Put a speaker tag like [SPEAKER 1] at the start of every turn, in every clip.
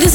[SPEAKER 1] This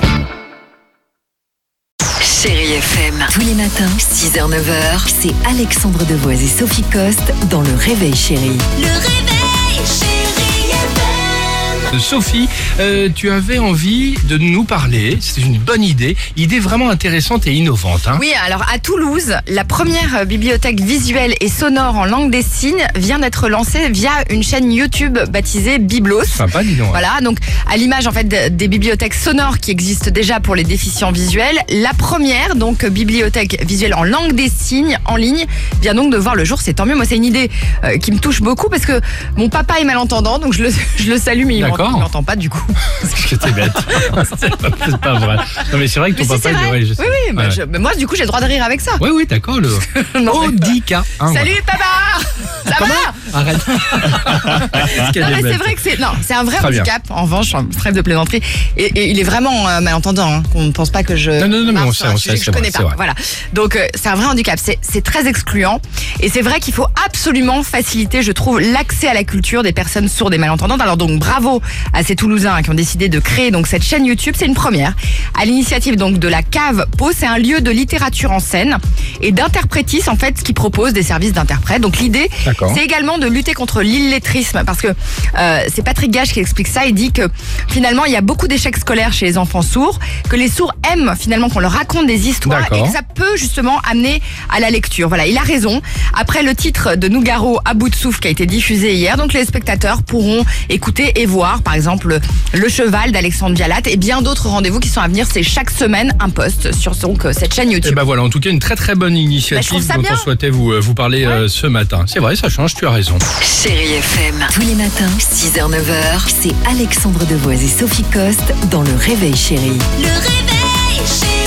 [SPEAKER 2] Chérie FM. Tous les matins, 6h, 9h, c'est Alexandre Devoise et Sophie Coste dans Le Réveil Chérie.
[SPEAKER 1] Le réveil, Chérie FM.
[SPEAKER 3] Sophie, euh, tu avais envie de nous parler, c'est une bonne idée, idée vraiment intéressante et innovante. Hein.
[SPEAKER 4] Oui, alors à Toulouse, la première bibliothèque visuelle et sonore en langue des signes vient d'être lancée via une chaîne YouTube baptisée Biblos.
[SPEAKER 3] Sympa, dis donc. hein.
[SPEAKER 4] Voilà, donc à l'image en fait de- des bibliothèques sonores qui existent déjà pour les déficients visuels, la première donc bibliothèque visuelle en langue des signes en ligne vient donc de voir le jour. C'est tant mieux. Moi, c'est une idée euh, qui me touche beaucoup parce que mon papa est malentendant, donc je le, je le salue, mais il m'entend-
[SPEAKER 3] D'accord.
[SPEAKER 4] il m'entend pas du coup.
[SPEAKER 3] Parce que t'es bête. c'est pas, c'est pas vrai. Non, mais c'est vrai que ton
[SPEAKER 4] Mais si,
[SPEAKER 3] papa,
[SPEAKER 4] c'est
[SPEAKER 3] il
[SPEAKER 4] vrai.
[SPEAKER 3] ouais, je sais.
[SPEAKER 4] Oui, oui, bah,
[SPEAKER 3] Ouais. Oh,
[SPEAKER 4] je- mais moi du coup j'ai le droit de rire avec ça.
[SPEAKER 3] Ouais, oui, d'accord. Le... hein,
[SPEAKER 4] Non, mais-
[SPEAKER 3] Audica. Hein,
[SPEAKER 4] Salut papa Ça va
[SPEAKER 3] voilà. Arrête. Qu'est-ce qu'elle
[SPEAKER 4] Non,
[SPEAKER 3] est
[SPEAKER 4] mais c'est
[SPEAKER 3] bête.
[SPEAKER 4] vrai que c'est non, c'est un vrai
[SPEAKER 3] Très bien.
[SPEAKER 4] handicap. En revanche, en trêve de plaisanterie. Et, et il est vraiment euh, malentendant. hein, qu'on ne pense pas que je
[SPEAKER 3] Non, non, non, mais
[SPEAKER 4] marche
[SPEAKER 3] on
[SPEAKER 4] sur
[SPEAKER 3] sait,
[SPEAKER 4] un
[SPEAKER 3] on
[SPEAKER 4] sujet que
[SPEAKER 3] sait,
[SPEAKER 4] je
[SPEAKER 3] c'est
[SPEAKER 4] connais
[SPEAKER 3] vrai,
[SPEAKER 4] pas.
[SPEAKER 3] c'est vrai.
[SPEAKER 4] Voilà. Donc euh, c'est un vrai handicap. C'est- C'est très excluant. Et c'est vrai qu'il faut absolument faciliter, je trouve, l'accès à la culture des personnes sourdes et malentendantes. Alors donc bravo à ces Toulousains qui ont décidé de créer donc cette chaîne YouTube. C'est une première. À l'initiative donc de la cave Pau, c'est un lieu de littérature en scène et d'interprétis en fait qui propose des services d'interprètes. Donc l'idée,
[SPEAKER 3] D'accord.
[SPEAKER 4] c'est également de lutter contre l'illettrisme parce que euh, c'est Patrick Gage qui explique ça. Il dit que finalement il y a beaucoup d'échecs scolaires chez les enfants sourds, que les sourds aiment finalement qu'on leur raconte des histoires
[SPEAKER 3] D'accord.
[SPEAKER 4] et que ça peut justement amener à la lecture. Voilà, il a raison. Après le titre de Nougaro à bout de souffle qui a été diffusé hier, donc les spectateurs pourront écouter et voir par exemple Le Cheval d'Alexandre Vialat et bien d'autres rendez-vous qui sont à venir. C'est chaque semaine un post sur donc, cette chaîne
[SPEAKER 3] Et
[SPEAKER 4] YouTube.
[SPEAKER 3] ben voilà, en tout cas, une très très bonne
[SPEAKER 4] Bah, je trouve
[SPEAKER 3] initiative
[SPEAKER 4] ça
[SPEAKER 3] dont
[SPEAKER 4] bien.
[SPEAKER 3] on souhaitait vous, euh, vous parler euh, ce matin. C'est vrai, ça change, tu as raison.
[SPEAKER 2] Chérie FM. Tous les matins, 6h, 9h, c'est Alexandre Devoise et Sophie Coste dans Le Réveil Chérie.
[SPEAKER 1] Le réveil, Chérie